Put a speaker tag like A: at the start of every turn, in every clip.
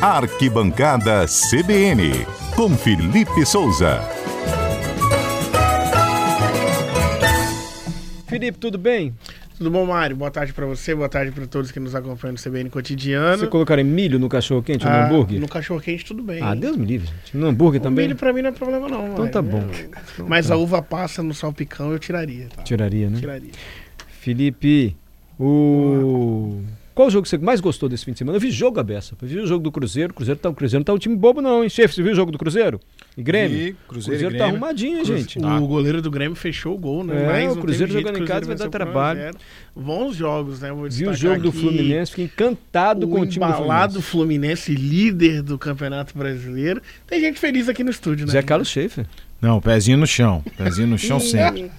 A: Arquibancada CBN, com Felipe Souza.
B: Felipe, tudo bem?
C: Tudo bom, Mário? Boa tarde pra você, boa tarde pra todos que nos acompanham no CBN Cotidiano.
B: Você colocaram milho no cachorro quente, no
C: Ah,
B: hambúrguer?
C: No cachorro quente, tudo bem.
B: Ah, Deus me livre. gente. No hambúrguer
C: O
B: também?
C: milho né? pra mim não é problema, não.
B: Então
C: Mário.
B: tá bom.
C: Eu- Mas a uva passa no salpicão eu tiraria, tá?
B: Tiraria, né?
C: Tiraria.
B: Felipe, o. Qual o jogo que você mais gostou desse fim de semana? Eu vi jogo a beça. Eu vi o jogo do Cruzeiro. Cruzeiro tá, o Cruzeiro não tá um time bobo, não, hein? Chefe, você viu o jogo do Cruzeiro? E Grêmio?
D: Vi,
B: O
D: Cruzeiro e
B: tá
D: Grêmio.
B: arrumadinho, hein,
D: Cruze-
B: gente.
D: Tá.
C: O goleiro do Grêmio fechou o gol, né?
B: É,
C: Mas
B: o
C: não teve
B: Cruzeiro
C: jeito,
B: jogando em
C: Cruzeiro
B: casa vai dar
C: venceu por um a
B: trabalho.
C: zero. Bons jogos, né? Vou
B: Vi o
C: destacar
B: jogo do
C: aqui
B: Fluminense, fiquei encantado com
C: o
B: o time do
C: embalado
B: Fluminense.
C: Fluminense, líder do Campeonato Brasileiro. Tem gente feliz aqui no estúdio, né?
B: Zé Carlos Schaefer.
D: Não, pezinho no chão. Pezinho no chão sempre.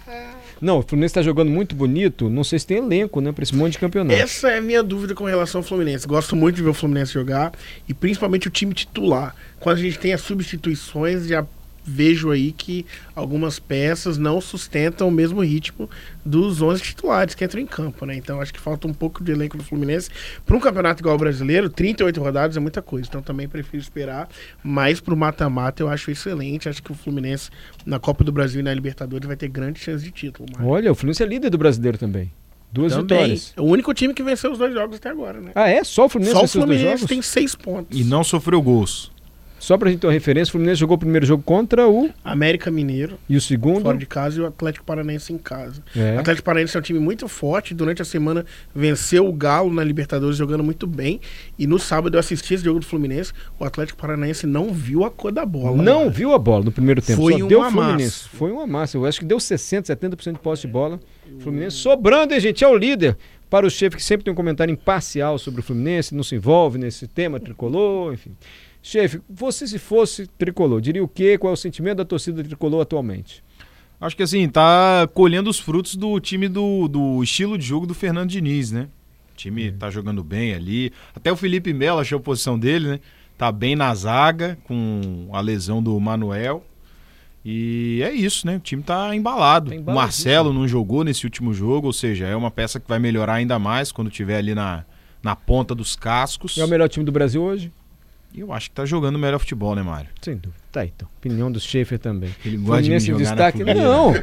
B: Não, o Fluminense tá jogando muito bonito. Não sei se tem elenco, né? Pra esse monte de campeonato.
C: Essa é a minha dúvida com relação ao Fluminense. Gosto muito de ver o Fluminense jogar e principalmente o time titular. Quando a gente tem as substituições, já vejo aí que algumas peças não sustentam o mesmo ritmo dos 11 titulares que entram em campo, né? Então acho que falta um pouco de elenco do Fluminense. Para um campeonato igual ao brasileiro, 38 rodadas é muita coisa, então também prefiro esperar. Mas para o mata-mata eu acho excelente. Acho que o Fluminense na Copa do Brasil e na Libertadores vai ter grande chance de título. Mário.
B: Olha, o Fluminense é líder do brasileiro também. Duas
C: Também.
B: vitórias.
C: É o único time que venceu os dois jogos até agora, né?
B: Ah, é? Só o Fluminense
C: Só o
B: venceu os dois
C: Fluminense
B: jogos?
C: tem seis pontos.
D: E não sofreu gols.
B: Só pra gente ter uma referência, o Fluminense jogou o primeiro jogo contra o.
C: América Mineiro,
B: E o segundo.
C: fora de casa, e o Atlético Paranaense em casa.
B: É.
C: O Atlético Paranaense é um time muito forte. Durante a semana venceu o Galo na Libertadores jogando muito bem. E no sábado eu assisti esse jogo do Fluminense. O Atlético Paranaense não viu a cor da bola.
B: Não
C: né?
B: viu a bola no primeiro tempo.
C: Foi
B: Só
C: um
B: deu o
C: amasso.
B: Fluminense. Foi uma massa. Eu acho que deu 60%, 70% de posse de bola. Fluminense sobrando, hein, gente? É o líder. Para o chefe que sempre tem um comentário imparcial sobre o Fluminense, não se envolve nesse tema tricolor, enfim. Chefe, você se fosse tricolor, diria o quê? Qual é o sentimento da torcida tricolor atualmente?
D: Acho que assim, tá colhendo os frutos do time do, do estilo de jogo do Fernando Diniz, né? O time tá jogando bem ali. Até o Felipe Melo achou a posição dele, né? Tá bem na zaga, com a lesão do Manuel. E é isso, né? O time tá embalado.
B: Tá
D: o Marcelo não jogou nesse último jogo, ou seja, é uma peça que vai melhorar ainda mais quando tiver ali na, na ponta dos cascos.
B: É o melhor time do Brasil hoje?
D: E eu acho que tá jogando o melhor futebol, né, Mário?
B: Sem dúvida. Tá, então. Opinião do Schaefer também.
D: Ele
B: Fluminense em destaque. Não.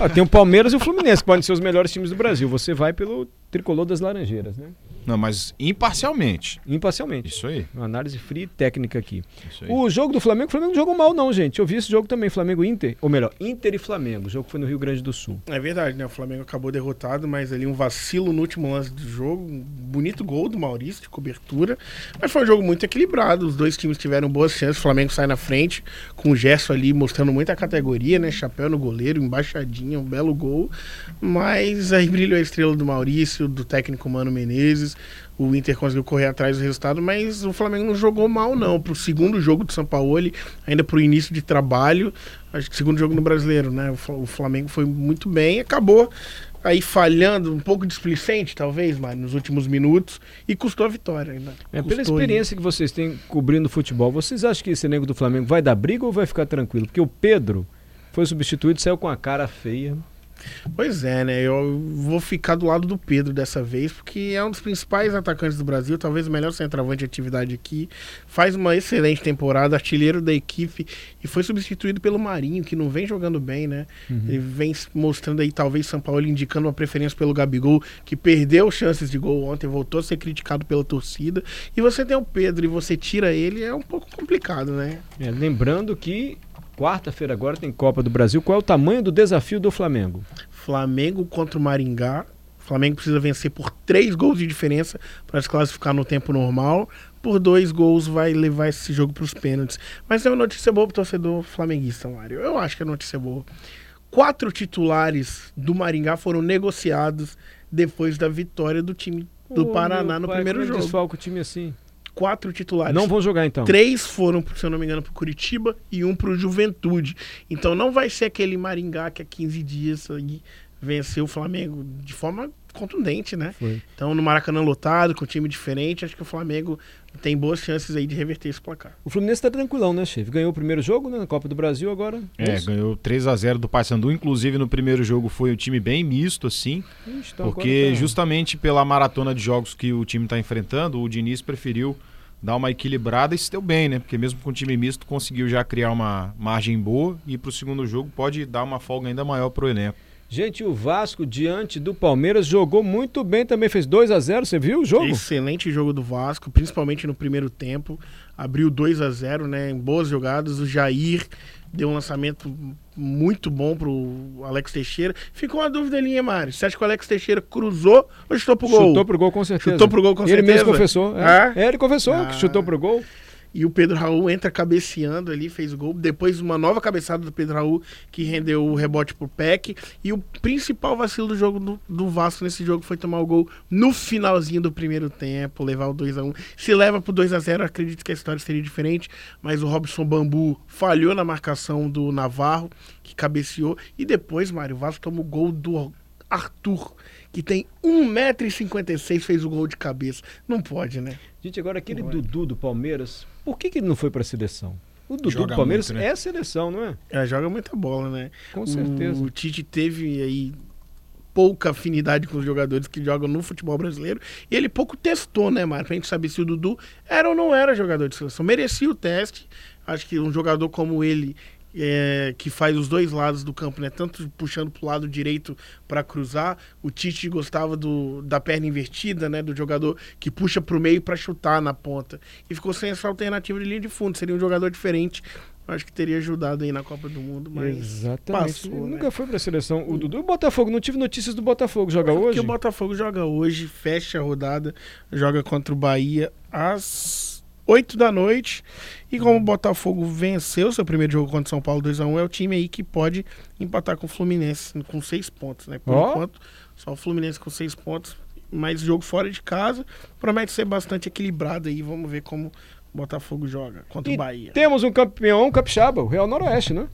B: Ó, tem o Palmeiras e o Fluminense, que podem ser os melhores times do Brasil. Você vai pelo tricolor das Laranjeiras, né?
D: Não, mas imparcialmente.
B: Imparcialmente.
D: Isso aí.
B: Uma análise fria e técnica aqui.
D: Isso aí.
B: O jogo do Flamengo, o Flamengo não jogou mal, não, gente. Eu vi esse jogo também, Flamengo e Inter. Ou melhor, Inter e Flamengo. O jogo foi no Rio Grande do Sul.
C: É verdade, né? O Flamengo acabou derrotado, mas ali um vacilo no último lance do jogo. Um bonito gol do Maurício de cobertura. Mas foi um jogo muito equilibrado. Os dois times tiveram boas chances. O Flamengo sai na frente, com o Gerson ali mostrando muita categoria, né? Chapéu no goleiro, embaixadinha, um belo gol. Mas aí brilhou a estrela do Maurício, do técnico Mano Menezes. O Inter conseguiu correr atrás do resultado, mas o Flamengo não jogou mal, não. Pro segundo jogo do São Paulo, ainda pro início de trabalho, acho que segundo jogo no brasileiro, né? O Fla- O Flamengo foi muito bem, acabou aí falhando, um pouco displicente, talvez, mas nos últimos minutos, e custou a vitória ainda.
B: É,
C: Custou
B: pela
C: ainda.
B: experiência que vocês têm cobrindo futebol, vocês acham que esse elenco do Flamengo vai dar briga ou vai ficar tranquilo? Porque o Pedro foi substituído, saiu com a cara feia.
C: Pois é, né? Eu vou ficar do lado do Pedro dessa vez, porque é um dos principais atacantes do Brasil, talvez o melhor centroavante de atividade aqui. Faz uma excelente temporada, artilheiro da equipe e foi substituído pelo Marinho, que não vem jogando bem, né? Ele vem s- mostrando aí, talvez, São Paulo indicando uma preferência pelo Gabigol, que perdeu chances de gol ontem, voltou a ser criticado pela torcida. E você tem o Pedro e você tira ele, é um pouco complicado, né?
B: É, lembrando que quarta-feira agora tem Copa do Brasil. Qual é o tamanho do desafio do Flamengo?
C: Flamengo contra o Maringá. O Flamengo precisa vencer por três gols de diferença para se classificar no tempo normal. Por dois gols vai levar esse jogo para os pênaltis. Mas é uma notícia boa para o torcedor flamenguista, Mário. Eu acho que é notícia boa. Quatro titulares do Maringá foram negociados depois da vitória do time do
B: Ô,
C: Paraná
B: meu
C: no
B: pai,
C: primeiro
B: como é
C: jogo.
B: Desfalca o time assim.
C: Quatro titulares.
B: Não vão jogar então.
C: Três foram, se eu não me engano, pro Curitiba e um pro Juventude. Então não vai ser aquele Maringá que há 15 dias aí venceu o Flamengo de forma contundente, né?
B: Foi.
C: Então no Maracanã lotado, com time diferente, acho que o Flamengo tem boas chances aí de reverter esse placar.
B: O Fluminense tá tranquilão, né, chefe? Ganhou o primeiro jogo né, na Copa do Brasil agora.
D: É,
B: Isso.
D: ganhou 3 a 0 do Paysandu, inclusive no primeiro jogo foi um time bem misto assim,
B: Ixi, então
D: porque
B: agora tá-
D: tá justamente pela maratona de jogos que o time está enfrentando, o Diniz preferiu dar uma equilibrada e se deu bem, né? Porque mesmo com o time misto conseguiu já criar uma margem boa e para o segundo jogo pode dar uma folga ainda maior pro elenco.
B: Gente, o Vasco diante do Palmeiras jogou muito bem também, fez 2 a 0 você viu o jogo?
C: Excelente jogo do Vasco, principalmente no primeiro tempo. Abriu 2 a 0 né? Em boas jogadas. O Jair deu um lançamento muito bom pro Alex Teixeira. Ficou uma dúvida ali, hein, Mário? Você acha que o Alex Teixeira cruzou ou chutou pro gol?
B: Chutou pro gol com certeza.
C: Chutou pro gol, com
B: ele
C: certeza.
B: mesmo confessou.
C: Ah?
B: É, É, ele confessou
C: Ah.
B: que chutou pro gol.
C: E o Pedro Raul entra cabeceando ali, fez o gol. Depois uma nova cabeçada do Pedro Raul que rendeu o rebote pro Peck. E o principal vacilo do jogo do, do Vasco nesse jogo foi tomar o gol no finalzinho do primeiro tempo, levar o 2 a 1 Se leva pro 2 a 0 acredito que a história seria diferente. Mas o Robson Bambu falhou na marcação do Navarro, que cabeceou. E depois, Mário, o Vasco toma o gol do Arthur, que tem 1,56m, fez o gol de cabeça. Não pode, né?
B: Gente, agora aquele
C: Ué.
B: Dudu do Palmeiras, por que, que ele não foi pra seleção? O Dudu
D: Joga
B: do Palmeiras
D: muito, né?
B: é a seleção, não é?
C: É, joga muita bola, né?
B: Com certeza.
C: O Tite teve aí pouca afinidade com os jogadores que jogam no futebol brasileiro. E ele pouco testou, né, Mário? Pra gente saber se o Dudu era ou não era jogador de seleção. Merecia o teste. Acho que um jogador como ele, é, que faz os dois lados do campo, né? Tanto puxando pro lado direito para cruzar. O Tite gostava do, da perna invertida, né? Do jogador que puxa pro meio para chutar na ponta. E ficou sem essa alternativa de linha de fundo. Seria um jogador diferente. Acho que teria ajudado aí na Copa do Mundo, mas...
B: Exatamente.
C: passou,
B: ele
C: né? Hum.
B: nunca foi pra seleção. O Dudu e o Botafogo, não tive notícias do Botafogo. Joga hoje?
C: É Porque o Botafogo joga hoje, fecha a rodada, joga contra o Bahia às 8 da noite. E como o
B: Uhum.
C: Botafogo venceu seu primeiro jogo contra o São Paulo 2x1, é o time aí que pode empatar com o Fluminense com seis pontos, né? Por
B: Ó.
C: enquanto, só o Fluminense com seis pontos, mas jogo fora de casa. Promete ser bastante equilibrado aí. Vamos ver como o Botafogo joga contra
B: E
C: o Bahia.
B: Temos um campeão capixaba, o Real Noroeste, né?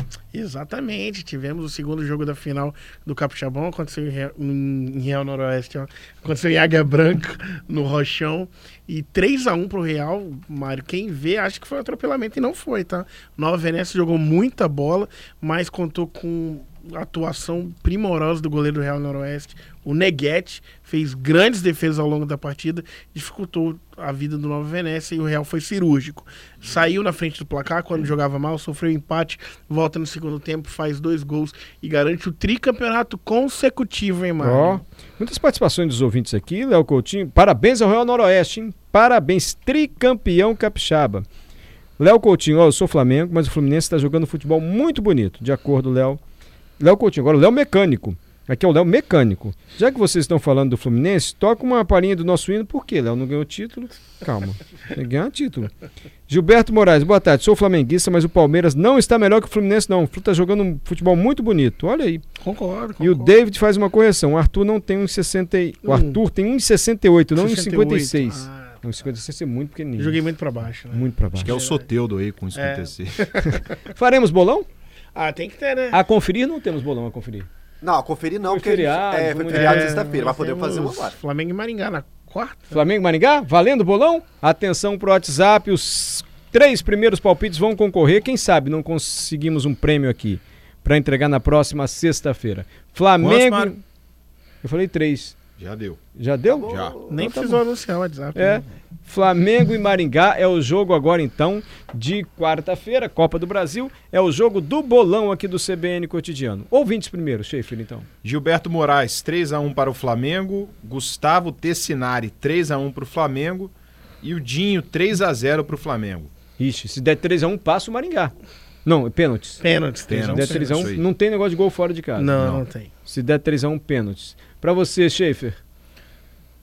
C: Exatamente, tivemos o segundo jogo da final do Capixabão, aconteceu em Rea- em Real Noroeste, ó. aconteceu em Águia Branca, é no Rochão, e 3 a 1 pro Real, Mário, quem vê acha que foi um atropelamento e não foi, tá? Nova Venécia jogou muita bola, mas contou com a atuação primorosa do goleiro do Real Noroeste, o Neguete, fez grandes defesas ao longo da partida, dificultou a vida do Nova Venécia e o Real foi cirúrgico. Saiu na frente do placar quando jogava mal, sofreu empate, volta no segundo tempo, faz dois gols e garante o tricampeonato consecutivo, hein, Mário?
B: Ó, muitas participações dos ouvintes aqui, Léo Coutinho. Parabéns ao Real Noroeste, hein? Parabéns, tricampeão capixaba. Léo Coutinho, ó, eu sou Flamengo, mas o Fluminense está jogando futebol muito bonito, de acordo, Léo. Léo Coutinho, agora o Léo Mecânico. Aqui é o Léo Mecânico. Já que vocês estão falando do Fluminense, toca uma palhinha do nosso hino. Por quê? Léo não ganhou título? Calma, tem que ganhar título. Gilberto Moraes, boa tarde. Sou flamenguista, mas o Palmeiras não está melhor que o Fluminense, não. O Flu está jogando um futebol muito bonito. Olha aí.
C: Concordo, concordo.
B: E o David faz uma correção. O Arthur não tem 1,60. O
C: Hum.
B: Arthur tem 1,68, não 1,56.
C: Ah,
B: Não, 1,56 é muito pequenininho.
C: joguei muito pra baixo, né?
B: muito pra
D: Acho
B: baixo.
D: que é o Soteudo aí com
B: É.
D: 56.
B: Faremos bolão?
C: Ah, tem que ter, né?
B: A conferir não temos bolão a conferir.
E: Não, conferir não,
B: Foi
E: porque. a gente-
B: feriado,
E: é, foi
B: vamos-
E: feriado
B: é,
E: sexta-feira,
C: nós
E: mas podemos fazer um
C: temos
E: agora.
C: Flamengo e Maringá na quarta?
B: Flamengo e Maringá, valendo bolão? Atenção pro WhatsApp, os três primeiros palpites vão concorrer. Quem sabe não conseguimos um prêmio aqui pra entregar na próxima sexta-feira. Flamengo.
D: Mário?
B: Eu falei três.
D: já deu.
B: Já deu?
D: Já.
C: Nem
B: tá
C: precisou anunciar o WhatsApp.
B: É.
C: né?
B: Flamengo e Maringá é o jogo agora então de quarta-feira, Copa do Brasil, é o jogo do bolão aqui do CBN Cotidiano. Ouvintes primeiro, Schaefer, então.
D: Gilberto Moraes, 3x1 para o Flamengo. Gustavo Tessinari, 3x1 para o Flamengo. E o Dinho, 3x0 para o Flamengo.
B: Ixi, se der 3 a 1 passa o Maringá. Não, é pênaltis.
C: Pênaltis, tem.
B: Se
D: Pênaltis.
B: der
D: sei,
B: 3 a 1,
D: isso aí.
B: não tem negócio de gol fora de casa.
C: Não,
D: Não.
C: não tem.
B: Se der 3 a 1 pênaltis. Pra você, Schaefer,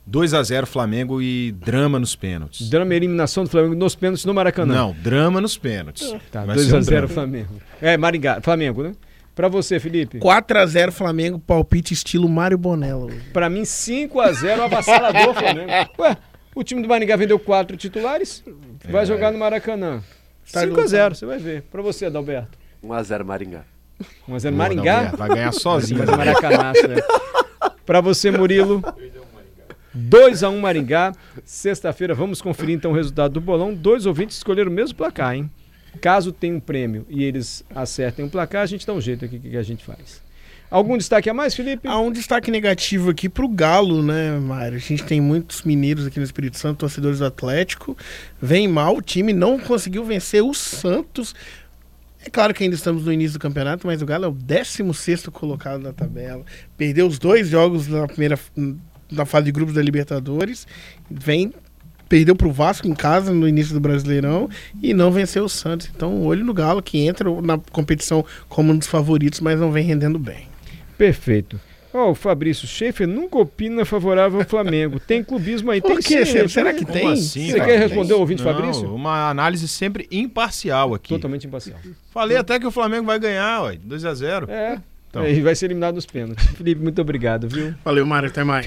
D: 2x0 Flamengo e drama nos pênaltis.
B: drama e eliminação do Flamengo nos pênaltis no Maracanã.
D: Não, drama nos pênaltis.
B: Tá,
D: Vai ser um
B: 2 a 0
D: drama.
B: Flamengo. É, Maringá, Flamengo, né? Pra você, Felipe.
C: 4x0 Flamengo, palpite estilo Mário Bonello.
B: Pra mim, 5x0, avassalador Flamengo. Ué, o time do Maringá vendeu quatro titulares,
D: É
B: vai jogar no Maracanã.
C: Tá
B: 5x0, você vai ver. Pra você, Adalberto.
E: 1x0 Maringá.
B: 1x0
D: Boa,
B: Maringá,
D: Dalberto, Vai ganhar sozinho.
B: mas é Maracanaço, né? Pra você, Murilo. 2x1 Maringá. Sexta-feira, vamos conferir então o resultado do bolão. Dois ouvintes escolheram o mesmo placar, hein? Caso tenha um prêmio e eles acertem o placar, a gente dá um jeito aqui o que que a gente faz. Algum destaque a mais, Felipe?
C: Há um destaque negativo aqui pro Galo, né, Mário? A gente tem muitos mineiros aqui no Espírito Santo, torcedores do Atlético. Vem mal, o time não conseguiu vencer o Santos. É claro que ainda estamos no início do campeonato, mas o Galo é o 16 colocado na tabela. Perdeu os dois jogos na primeira na fase de grupos da Libertadores. Vem perdeu pro Vasco em casa no início do Brasileirão e não venceu o Santos. Então, olho no Galo que entra na competição como um dos favoritos, mas não vem rendendo bem.
B: Perfeito. Ó, o Fabrício Schaefer nunca opina favorável ao Flamengo. Tem clubismo aí, tem
C: Por quê?
B: sim,
C: Será-
B: né?
C: será que
D: Como
C: tem?
D: assim,
B: Você
D: cara?
B: quer
D: Tem-
B: responder ao ouvinte
D: Não,
B: Fabrício?
D: Uma análise sempre imparcial aqui.
B: Totalmente imparcial.
D: Falei até que o Flamengo vai ganhar, ó, 2 a 0
B: É.
D: Então.
B: E vai ser eliminado nos pênaltis. Felipe, muito obrigado, viu?
C: Valeu, Mário. Até mais.